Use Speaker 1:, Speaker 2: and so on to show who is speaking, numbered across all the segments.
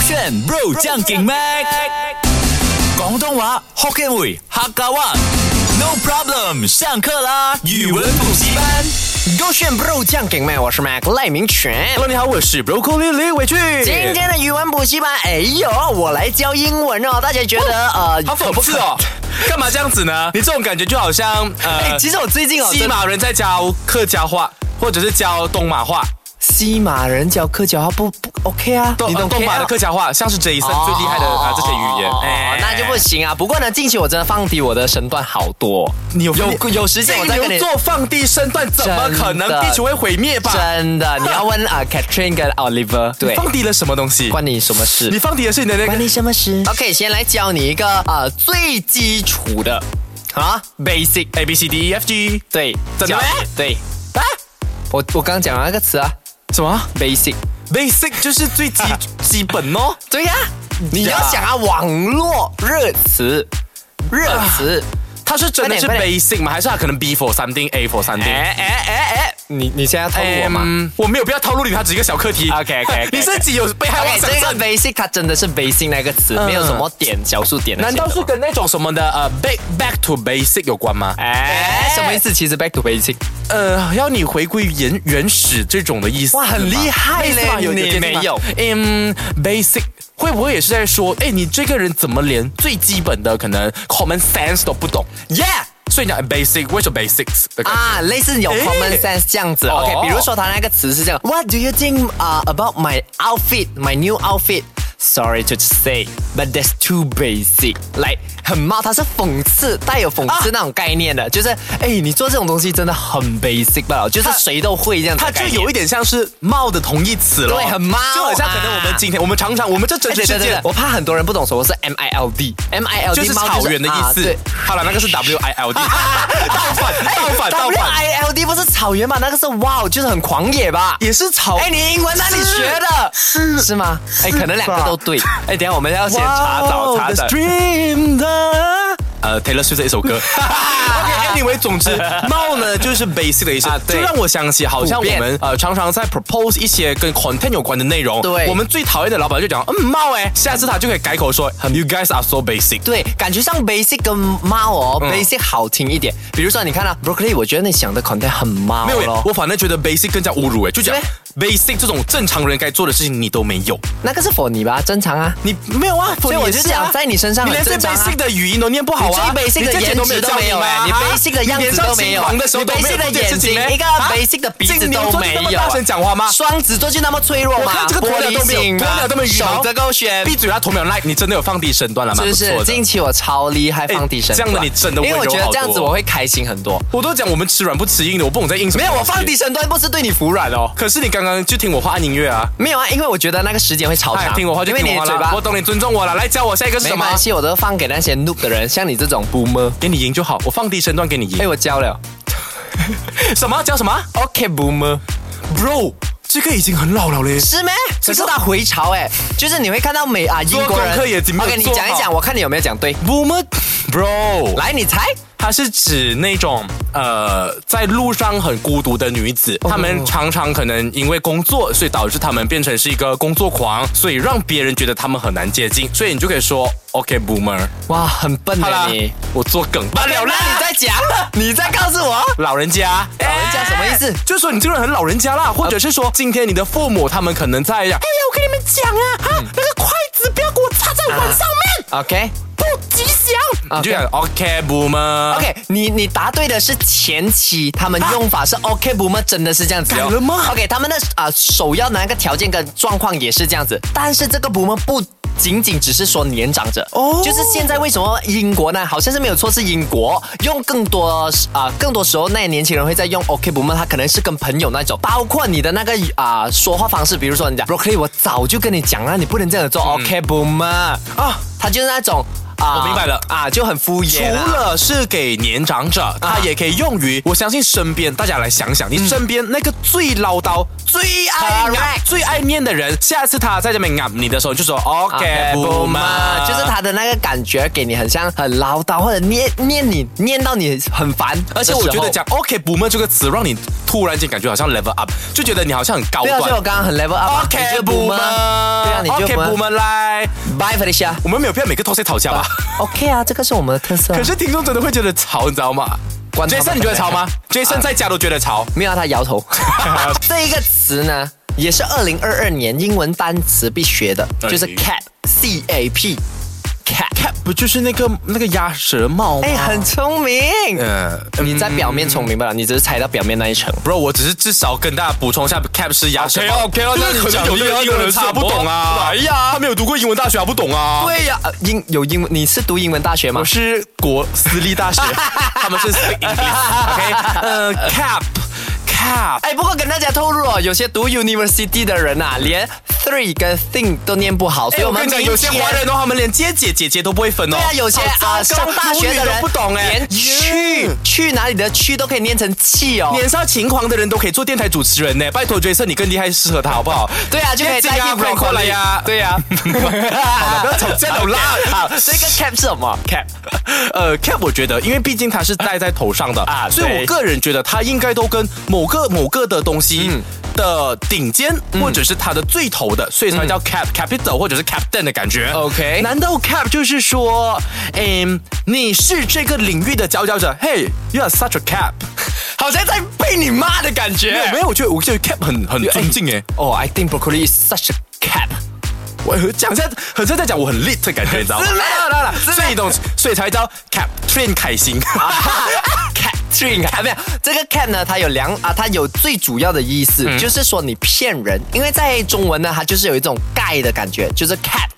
Speaker 1: 选 Bro 将劲 Mac，广东话 Hokkien 语客家话。No problem，上课啦！语文补习班。
Speaker 2: 勾选 bro 酱给妹，我是 Mac 赖明全。
Speaker 1: Hello，你好，我是 Broccoli 李伟俊。
Speaker 2: 今天的语文补习班，哎呦，我来教英文哦。大家觉得呃，
Speaker 1: 好讽刺哦，干嘛这样子呢？你这种感觉就好像
Speaker 2: 哎、
Speaker 1: 呃，
Speaker 2: 其实我最近哦，
Speaker 1: 西马人在教客家话，或者是教东马话，
Speaker 2: 西马人教客家话不不 OK 啊？
Speaker 1: 东
Speaker 2: 你
Speaker 1: 呃
Speaker 2: 懂
Speaker 1: 东马的客家话，像是 Jason 最厉害的啊这些语言。哎
Speaker 2: 哦，那就不行啊。不过呢，近期我真的放低我的身段好多。
Speaker 1: 你有
Speaker 2: 有有时间我再
Speaker 1: 金牛
Speaker 2: 跟你。
Speaker 1: 座放低身段，怎么可能
Speaker 2: 真的
Speaker 1: 地球会毁灭吧？
Speaker 2: 真的，你要问啊、Catherine 跟 Oliver，
Speaker 1: 你
Speaker 2: 对，
Speaker 1: 放低了什么东西？
Speaker 2: 关你什么事
Speaker 1: 你？放低的是你的那
Speaker 2: 关
Speaker 1: 个
Speaker 2: 你什么事？OK，先来教你一个啊、呃最基础的啊 basic，
Speaker 1: A B C D E F G
Speaker 2: 对，
Speaker 1: 真的
Speaker 2: 教
Speaker 1: 咩
Speaker 2: 你对。
Speaker 1: 啊？
Speaker 2: 我我刚讲了那个词啊
Speaker 1: 什么
Speaker 2: ，basic。
Speaker 1: ？Basic 就是最基
Speaker 2: 啊
Speaker 1: 基本哦。
Speaker 2: 对呀、你
Speaker 1: 呀
Speaker 2: 要想啊，网络热词，热词，
Speaker 1: 啊它是真的是
Speaker 2: 快点
Speaker 1: basic 吗？还是它可能 B for something, A for something？
Speaker 2: 哎哎哎哎，你你现在要套路我吗？
Speaker 1: 嗯我没有必要套路你，它只是一个小课题。
Speaker 2: OK，OK，OK，OK
Speaker 1: 你自己有被害妄
Speaker 2: OK，
Speaker 1: 想
Speaker 2: 哎这个
Speaker 1: 症？
Speaker 2: basic 它真的是 basic 那个词，没有什么点小数点的
Speaker 1: 难
Speaker 2: 写的
Speaker 1: 道
Speaker 2: 吗。
Speaker 1: 是跟那种什么的呃 back back to basic 有关吗？
Speaker 2: 哎，什么意思？其实 back to basic，
Speaker 1: 呃，要你回归原原始这种的意思。
Speaker 2: 哇很厉害
Speaker 1: 类似
Speaker 2: 嘞
Speaker 1: 吗有
Speaker 2: 你
Speaker 1: 有接近吗
Speaker 2: 没有
Speaker 1: 嗯，basic。会不会也是在说，哎，你这个人怎么连最基本的可能 common sense 都不懂？Yeah，所以你讲哎 basic，为什么 basics 的感觉
Speaker 2: 啊，类似有
Speaker 1: 哎
Speaker 2: common sense 这样子。
Speaker 1: 哦
Speaker 2: OK，比如说它那个词是这样，What do you think 啊 about my outfit, my new outfit? Sorry to say, but that's too basic. 来，很冒，它是讽刺，带有讽刺那种概念的，就是哎，你做这种东西真的很 basic 吧？就是谁都会这样子
Speaker 1: 它
Speaker 2: 的概
Speaker 1: 就
Speaker 2: 念。
Speaker 1: 有一点像是猫的同义词了，
Speaker 2: 对很猫
Speaker 1: 就很像可能我们今天、我们常常我们这整
Speaker 2: 哎。
Speaker 1: 全
Speaker 2: 对
Speaker 1: 世
Speaker 2: 对对
Speaker 1: 界
Speaker 2: 对，我怕很多人不懂什么是 M I L D M I L D，
Speaker 1: 就是草原的意
Speaker 2: 啊
Speaker 1: 思。 好了，那 个是 W I L D，倒
Speaker 2: 哎
Speaker 1: 反倒反倒
Speaker 2: W
Speaker 1: 反，
Speaker 2: I L D 不是草原吧？那个是 wow，就是很狂野吧？
Speaker 1: 也是草。
Speaker 2: 哎，你英文哪里学的？是是吗？哎，可能两个都对。哎，等一下我们要先查找查
Speaker 1: Wow, the
Speaker 2: 找。
Speaker 1: stream 的呃 Taylor Swift 的一首歌。OK，anyway，总 之，貌呢就是 basic 的意思
Speaker 2: 啊，对
Speaker 1: 就让我想起好像
Speaker 2: 普
Speaker 1: 我
Speaker 2: 遍
Speaker 1: 们呃常常在 propose 一些跟 content 有关的内容，
Speaker 2: 对
Speaker 1: 我们最讨厌的老板就讲嗯貌哎，下次他就可以改口说 "Um, You guys are so basic。
Speaker 2: 对，感觉上 basic 跟猫哦、
Speaker 1: 嗯
Speaker 2: b a s i c 好听一点。比如说，你看啊，broccoli，我觉得你想的 content 很猫
Speaker 1: 没有耶
Speaker 2: 咯，
Speaker 1: 我反正觉得 basic 更加侮辱哎，就讲
Speaker 2: 是
Speaker 1: basic 这种正常人该做的事情你都没有，
Speaker 2: 那个是 for 你吧，正常啊。
Speaker 1: 你没有啊？
Speaker 2: 所以我
Speaker 1: 你也
Speaker 2: 就是
Speaker 1: 啊
Speaker 2: 讲在你身上
Speaker 1: 你连
Speaker 2: 很
Speaker 1: 最
Speaker 2: 正常啊
Speaker 1: basic 的语音都念不好啊，
Speaker 2: 你最 basic 的
Speaker 1: 你之前
Speaker 2: 颜值
Speaker 1: 有
Speaker 2: 都
Speaker 1: 教
Speaker 2: 没有
Speaker 1: 你吗
Speaker 2: 哎，你
Speaker 1: 啊
Speaker 2: basic 的样
Speaker 1: 你
Speaker 2: 子
Speaker 1: 脸上
Speaker 2: 都没有啊
Speaker 1: 青黄的时候
Speaker 2: 你
Speaker 1: 都没有
Speaker 2: basic
Speaker 1: 这件
Speaker 2: 的
Speaker 1: 事
Speaker 2: 眼
Speaker 1: 情
Speaker 2: 睛，
Speaker 1: 咩
Speaker 2: 一个
Speaker 1: 啊
Speaker 2: basic 的鼻子
Speaker 1: 金牛
Speaker 2: 都
Speaker 1: 座就
Speaker 2: 没
Speaker 1: 这么
Speaker 2: 有啊。
Speaker 1: 大声讲话吗？
Speaker 2: 双子座就那么脆弱
Speaker 1: 我
Speaker 2: 吗
Speaker 1: 看？这个鸵
Speaker 2: 玻
Speaker 1: 鸟
Speaker 2: 璃
Speaker 1: 都没有，
Speaker 2: 心
Speaker 1: 鸵鸟
Speaker 2: 啊，
Speaker 1: 都没有羽毛
Speaker 2: 守着勾选，
Speaker 1: 闭嘴啊！鸵鸟 like，你真的有放低身段了吗？
Speaker 2: 是
Speaker 1: 不
Speaker 2: 不是？
Speaker 1: 错的哎
Speaker 2: 近期我超厉害放低身段，
Speaker 1: 这样的你真的温
Speaker 2: 因
Speaker 1: 柔
Speaker 2: 为我觉
Speaker 1: 好多
Speaker 2: 得这样子我会开心很多。
Speaker 1: 我都讲我们吃软不吃硬的，我不懂在硬什么。
Speaker 2: 没有，我放低。身段不是对你服软哦。
Speaker 1: 可是你刚刚就听我换音乐啊，
Speaker 2: 没有啊，因为我觉得那个时间会超
Speaker 1: 哎
Speaker 2: 长。，
Speaker 1: 听我话就
Speaker 2: 因为
Speaker 1: 听
Speaker 2: 你
Speaker 1: 我
Speaker 2: 的
Speaker 1: 话
Speaker 2: 嘴
Speaker 1: 啦
Speaker 2: 巴。
Speaker 1: 我懂你尊重我了，来教我下一个是
Speaker 2: 没
Speaker 1: 什么？
Speaker 2: 关系，我都放给那些 noob 的人，像你这种 boomer。
Speaker 1: 给你赢就好，我放低身段给你赢
Speaker 2: 哎，。我教了。
Speaker 1: 什么叫什么
Speaker 2: OK boomer
Speaker 1: ？Bro，这个已经很老了嘞。
Speaker 2: 是咩？可是他回潮哎，就是你会看到美啊英国
Speaker 1: 功
Speaker 2: 人。
Speaker 1: 课也没有
Speaker 2: OK，你
Speaker 1: 做好
Speaker 2: 讲一讲，我看你有没有讲对。
Speaker 1: Boomer，Bro，
Speaker 2: 来，你猜。
Speaker 1: 它是指那种呃，在路上很孤独的女子，她们常常可能因为工作，所以导致她们变成是一个工作狂，所以让别人觉得她们很难接近，所以你就可以说 OK Boomer。
Speaker 2: 哇，很笨
Speaker 1: 好
Speaker 2: 的
Speaker 1: 啦
Speaker 2: 你。，
Speaker 1: 我做梗罢了
Speaker 2: 那
Speaker 1: 啦。
Speaker 2: 你再讲， 你再告诉我。
Speaker 1: 老人家，哎老
Speaker 2: 人家什么意思
Speaker 1: 就是说你这个人很老人家啦，或者是说今天你的父母他们可能在呀，哎呀，我跟你们讲啊，啊，那个筷子不要给我插在碗上面，
Speaker 2: OK
Speaker 1: 不吉祥。你就讲 OK 啊 Boomer。
Speaker 2: OK，你你答对的是前期他们用法是 OK boomer，真的是这样子、
Speaker 1: 啊
Speaker 2: 哦
Speaker 1: 改了吗
Speaker 2: ？OK，他们的啊、首要的那个条件跟状况也是这样子，但是这个 boomer 不。仅仅只是说年长者
Speaker 1: 哦
Speaker 2: 就是现在为什么英国呢？好像是没有错，是英国用更多啊、更多时候那些年轻人会在用 OK boomer，他可能是跟朋友那种，包括你的那个啊、说话方式，比如说你讲 Broccoli，我早就跟你讲了，你不能这样做、OK boomer
Speaker 1: 嗯啊，
Speaker 2: 他就是那种啊，
Speaker 1: 我明白了
Speaker 2: 啊，就很敷
Speaker 1: 除
Speaker 2: 衍啊、
Speaker 1: 了是给年啊长者，它也可以用于我相信身边大家来想想，你身边那个最唠叨、最爱
Speaker 2: Correct
Speaker 1: 最爱念的人，下次他在这边念你的时候，就说
Speaker 2: 啊
Speaker 1: OK 不
Speaker 2: 不
Speaker 1: 嘛
Speaker 2: 嘛，，啊就是。他的那个感觉给你很像很唠叨，或者念念你念到你很烦，
Speaker 1: 而且我觉得。讲 OK 不嘛这个词，让你突然间感觉好像 level up，就觉得你好哦像很高
Speaker 2: 对啊，所以我
Speaker 1: 端。
Speaker 2: 刚刚很 level up 啊。你
Speaker 1: OK
Speaker 2: 就
Speaker 1: 不嘛，
Speaker 2: 对啊，你就
Speaker 1: OK 不嘛来，
Speaker 2: Bye Felicia。
Speaker 1: 我们没有必要每个都是吵架 吧？
Speaker 2: OK 啊，这个是我们的特色啊。
Speaker 1: 可是听众真的会觉得吵，你知道吗
Speaker 2: 关他们
Speaker 1: ？Jason 你觉得吵 吗？Jason 在家都觉得吵。
Speaker 2: 没有啊，他 摇头。这一个词呢，也是二零二二年英文单词必学的，
Speaker 1: 哎
Speaker 2: 就是 cap c a p cap。
Speaker 1: Cap 不就是那个那个鸭舌帽吗？
Speaker 2: 哎，很聪明。
Speaker 1: 呃，
Speaker 2: 你在表面聪明吧？你只是猜到表面那一层。
Speaker 1: bro，我只是至少跟大家补充一下，cap 是鸭舌
Speaker 3: OK
Speaker 1: 帽。
Speaker 3: OK 那你讲
Speaker 1: 有
Speaker 3: 你
Speaker 1: 的
Speaker 3: 要
Speaker 1: 英文人
Speaker 3: 是
Speaker 1: 他不懂啊，
Speaker 3: 哎呀，
Speaker 1: 他没有读过英文大学，他不懂啊。
Speaker 2: 对呀，呃英有英文，你是读英文大学吗
Speaker 1: 我？是国私立大学， 他们是 speak English，OK，、呃，cap cap，
Speaker 2: 哎，不过跟大家透露哦，有些读 university 的人啊，连 three 跟 thing 都念不好，所以
Speaker 1: 哎
Speaker 2: 我
Speaker 1: 我
Speaker 2: 们
Speaker 1: 跟你讲，
Speaker 2: 明
Speaker 1: 有些
Speaker 2: 天
Speaker 1: 华人哦，他们连姐姐姐姐都不会分哦。
Speaker 2: 对啊，有些啊
Speaker 1: 好糟糕
Speaker 2: 上大学
Speaker 1: 母
Speaker 2: 的
Speaker 1: 语
Speaker 2: 人
Speaker 1: 都不懂哎，
Speaker 2: 连去去哪里的去都可以念成气哦。
Speaker 1: 年少轻狂的人都可以做电台主持人呢，拜托角色你更厉害，适合他好不好？
Speaker 2: 对啊，就可以代
Speaker 1: 这样
Speaker 2: 替
Speaker 1: 啊快
Speaker 2: broccoli
Speaker 1: 过来呀！
Speaker 2: 对呀、
Speaker 1: 好了不要吵架 了啦啊
Speaker 2: 好，这个 cap 是什么？cap
Speaker 1: 呃，cap 我觉得，因为毕竟它是戴在头上的
Speaker 2: 啊
Speaker 1: 所以
Speaker 2: 对
Speaker 1: 我个人觉得它应该都跟某个某个的东西
Speaker 2: 嗯
Speaker 1: 的顶尖，或者是它的最头的，所以才叫 cap、capital 或者是 captain 的感觉。
Speaker 2: 嗯 OK
Speaker 1: 难道 cap 就是说，嗯，你是这个领域的佼佼者？Hey，you are such a cap。
Speaker 2: 好像在被你骂的感觉。
Speaker 1: 没有没有，我觉得我觉得 cap 很很尊敬哎，
Speaker 2: 哦、i think broccoli is such a cap。
Speaker 1: 我讲一下，很像在讲我很 lit 的感 觉，你知道吗？
Speaker 2: 是吗
Speaker 1: 啦啦啦所以懂，所以才叫 cap train 开心。
Speaker 2: 啊 Capturing 啊，没有这个 cap 呢，它有两啊，它有最主要的意思、就是说你骗人，因为在中文呢，它就是有一种盖的感觉，就是 cap。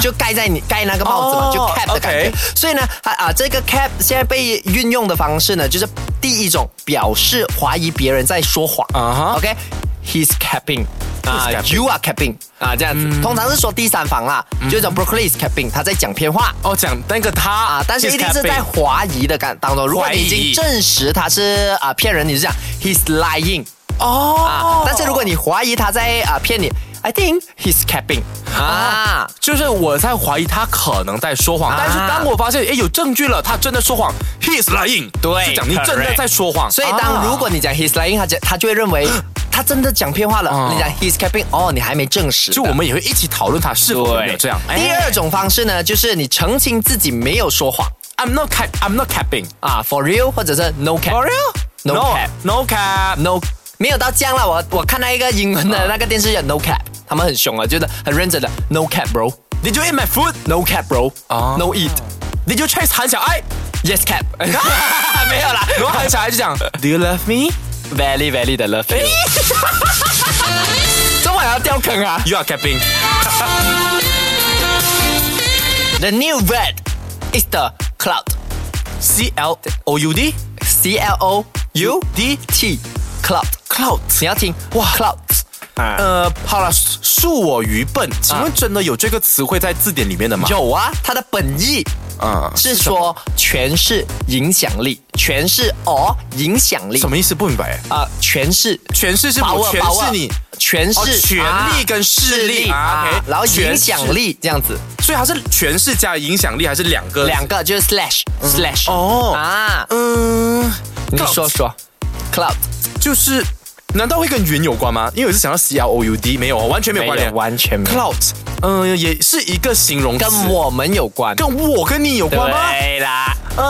Speaker 2: 就盖在你盖那个帽子嘛
Speaker 1: 哦
Speaker 2: 就 cap 的感觉
Speaker 1: OK
Speaker 2: 所以呢，它啊这个 cap 现在被运用的方式呢，就是第一种表示怀疑别人在说谎
Speaker 1: 啊哈
Speaker 2: o k he's capping，啊
Speaker 1: capping
Speaker 2: you are capping，啊这样子、通常是说第三方啦，就是说 broccoli is capping，他在讲偏话，
Speaker 1: 哦，讲那个他
Speaker 2: 啊，但是
Speaker 1: he's
Speaker 2: 一定是
Speaker 1: capping
Speaker 2: 在怀疑的感当中。如果你已
Speaker 1: 怀
Speaker 2: 经
Speaker 1: 疑
Speaker 2: 证实他是啊骗人，你是这样，he's lying
Speaker 1: 哦、
Speaker 2: 啊。但是如果你怀疑他在啊骗你，I think he's capping 啊。
Speaker 1: 就是我在怀疑他可能在说谎，
Speaker 2: 啊
Speaker 1: 但是当我发现哎有证据了，他真的说谎，he is lying，
Speaker 2: 对
Speaker 1: 就讲你真的在说谎。啊
Speaker 2: 所以当如果你讲 he's lying，他就他就会 认为他真的讲骗话了
Speaker 1: 哦。
Speaker 2: 你讲 he's capping，哦，你还没证实的。
Speaker 1: 就我们也会一起讨论他是否有没有这样。哎
Speaker 2: 第二种方式呢，就是你澄清自己没有说谎
Speaker 1: ，I'm not cap, I'm not capping。
Speaker 2: 啊，for real 或者是 no cap。
Speaker 1: For real?
Speaker 2: No cap.
Speaker 1: no cap.
Speaker 2: no 没有到这样了。我我看到一个英文的那个电视剧 No Cap，他们很凶啊，就是很认真的 No Cap bro，No
Speaker 1: Did you eat my food?
Speaker 2: Cap bro，No、
Speaker 1: 哦
Speaker 2: eat。
Speaker 1: Did you chase 韩小爱？
Speaker 2: Yes cap，没有啦
Speaker 1: 然后韩小爱就 讲 Do you love me?
Speaker 2: ，very very 的 love you，这晚要掉坑啊
Speaker 1: You are capping.
Speaker 2: ！The new red is the cloud
Speaker 1: C L O U D
Speaker 2: C L O U
Speaker 1: D
Speaker 2: T cloud，
Speaker 1: cloud.
Speaker 2: 你要听哇 cloud，
Speaker 1: 呃，好了，恕我愚笨，请问真的有这个词汇在字典里面的吗？
Speaker 2: 有啊，它的本意
Speaker 1: 啊，
Speaker 2: 是说诠释影响力，诠释哦影响力
Speaker 1: 什么意思？不明白。
Speaker 2: 啊、诠释
Speaker 1: 诠释是
Speaker 2: 把握
Speaker 1: 我，
Speaker 2: 把
Speaker 1: 诠
Speaker 2: 握
Speaker 1: 释哦你，
Speaker 2: 权
Speaker 1: 哦
Speaker 2: 势、啊
Speaker 1: 权力跟势力啊，OK
Speaker 2: 然后影
Speaker 1: 权
Speaker 2: 响力这样子，
Speaker 1: 所以它是诠释加影响力，还是两个？
Speaker 2: 两个就是 slash slash
Speaker 1: 哦
Speaker 2: 啊，
Speaker 1: 嗯，
Speaker 2: 你
Speaker 1: clout
Speaker 2: 说说 cloud
Speaker 1: 就是，难道会跟云有关吗？因为我是想到 C L O U D，没有，完全没有关联，
Speaker 2: 完全没有
Speaker 1: cloud，嗯、也是一个形容词，
Speaker 2: 跟我们有关，
Speaker 1: 跟我跟你有关吗？
Speaker 2: 啦，
Speaker 1: 嗯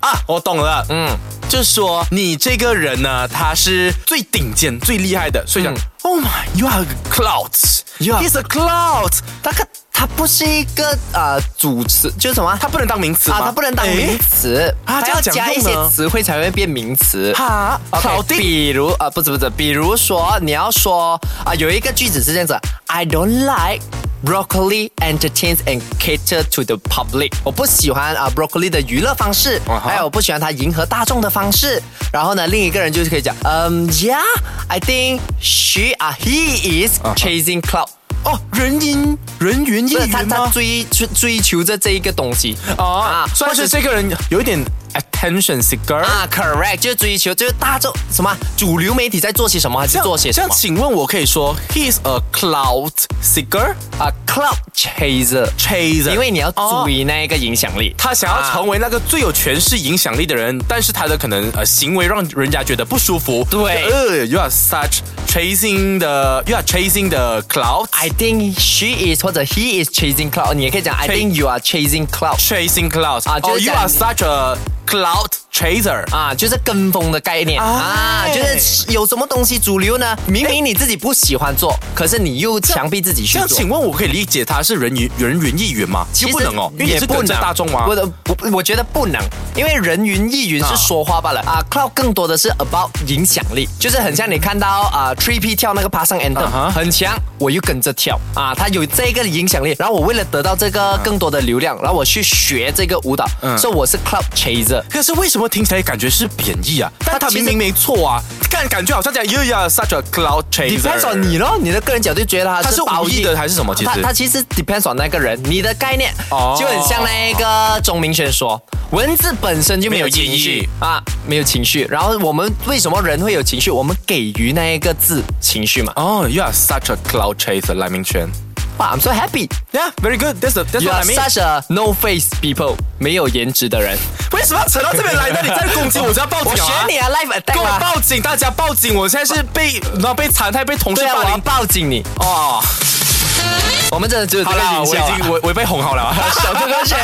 Speaker 1: 啊，我懂了，
Speaker 2: 嗯，
Speaker 1: 就是说你这个人呢，他是最顶尖、最厉害的，所以讲、
Speaker 2: 嗯
Speaker 1: Oh my, you are a cloud,
Speaker 2: You are-
Speaker 1: he's a cloud，
Speaker 2: 它可它不是一个呃主词，就是什么？
Speaker 1: 它不能当名词吗
Speaker 2: 啊，它不能当名
Speaker 1: 诶
Speaker 2: 词，
Speaker 1: 啊
Speaker 2: 它
Speaker 1: 这
Speaker 2: 要
Speaker 1: 样讲
Speaker 2: 加一
Speaker 1: 用
Speaker 2: 些
Speaker 1: 呢
Speaker 2: 词汇才会变名词。
Speaker 1: 哈，
Speaker 2: o
Speaker 1: 搞
Speaker 2: k
Speaker 1: 定。
Speaker 2: 比如啊、呃不是不是，比如说你要说啊、有一个句子是这样子，I don't like broccoli entertains and cater to the public。我不喜欢啊、broccoli 的娱乐方式
Speaker 1: 啊哈
Speaker 2: 还有我不喜欢它迎合大众的方式。然后呢，另一个人就是可以讲，嗯、y e a h i think she 啊、he is
Speaker 1: 哈
Speaker 2: chasing cloud。
Speaker 1: 哦，人云人云亦
Speaker 2: 不是他
Speaker 1: 云
Speaker 2: 他
Speaker 1: 吗？
Speaker 2: 追追追求着这一个东西
Speaker 1: 哦，算
Speaker 2: 或者
Speaker 1: 是这个人有一点 attention seeker。
Speaker 2: 啊，correct，就是追求就是大众什么啊主流媒体在做些什么，还是做些
Speaker 1: 这
Speaker 2: 什
Speaker 1: 样
Speaker 2: 么
Speaker 1: 请问我可以说 he is a cloud seeker
Speaker 2: 啊？Cloud chaser，
Speaker 1: chaser，
Speaker 2: 因为你要
Speaker 1: 哦
Speaker 2: 追那一个影响力。
Speaker 1: 他想要成为那个最有权势、影响力的人，但是他的可能呃行为让人家觉得不舒服。
Speaker 2: 对
Speaker 1: 就呃，you are such chasing the you are chasing the cloud
Speaker 2: I think she is 或者 he is chasing cloud，你也可以讲 I think you are chasing cloud
Speaker 1: chasing clouds
Speaker 2: 啊就
Speaker 1: or
Speaker 2: 是
Speaker 1: you
Speaker 2: 讲
Speaker 1: are such a cloud chaser。
Speaker 2: 啊，就是跟风的概念啊，
Speaker 1: 哎
Speaker 2: 就是有什么东西主流呢？明明你自己不喜欢做，可是你又强逼自己去
Speaker 1: 这样，
Speaker 2: 做
Speaker 1: 请。问我可以理解他是人云人云亦云吗？
Speaker 2: 其
Speaker 1: 就
Speaker 2: 实
Speaker 1: 不能哦，因为你
Speaker 2: 也
Speaker 1: 是
Speaker 2: 不
Speaker 1: 跟着
Speaker 2: 能啊
Speaker 1: 大众吗？
Speaker 2: 我的不，我觉得不能，因为人云亦云是说话罢了啊。Cloud 更多的是 about 影响力，就是很像你看到啊 Three P 跳那个爬上 anthem、
Speaker 1: 啊哈
Speaker 2: 很强，我又跟着跳啊，他有这个影响力，然后我为了得到这个更多的流量，然后我去学这个舞蹈，所以我是 Cloud chaser。
Speaker 1: 可是为什么听起来感觉是贬义啊？但
Speaker 2: 他
Speaker 1: 他
Speaker 2: 其实
Speaker 1: 明明没错啊，感感觉好像讲 you are such a cloud chaser。
Speaker 2: depends on 你咯，你的个人角度觉得它
Speaker 1: 它是无
Speaker 2: 褒义
Speaker 1: 意的还是什么其实
Speaker 2: 它它其实 depends on 那个人，你的概念
Speaker 1: 哦
Speaker 2: 就很像那个钟明轩说，文字本身就没
Speaker 1: 没
Speaker 2: 有
Speaker 1: 有
Speaker 2: 情
Speaker 1: 意义
Speaker 2: 绪啊，没有情绪。然后我们为什么人会有情绪？我们给予那一个字情绪嘛。
Speaker 1: 哦、y o u are such a cloud chaser，赖明权。
Speaker 2: 哇，I'm so happy。
Speaker 1: Yeah，very good. That's the that's
Speaker 2: You
Speaker 1: what
Speaker 2: are
Speaker 1: I mean.
Speaker 2: such a no face people，没有颜 值的人。
Speaker 1: 为什么要扯到这边来呢？你再攻击我就要报警、啊！
Speaker 2: 我选你啊，live
Speaker 1: 给
Speaker 2: attack
Speaker 1: 我
Speaker 2: 啊！
Speaker 1: 报警！大家报警！我现在是被然后被残害，被同事
Speaker 2: 对啊，
Speaker 1: 霸
Speaker 2: 我要
Speaker 1: 凌。
Speaker 2: 报警你。
Speaker 1: 哦，
Speaker 2: 我们真的只有这
Speaker 1: 好
Speaker 2: 个
Speaker 1: 啦，
Speaker 2: 营
Speaker 1: 我
Speaker 2: 销
Speaker 1: 已经
Speaker 2: 啊。
Speaker 1: 我我被哄好了啊。
Speaker 2: 小哥哥选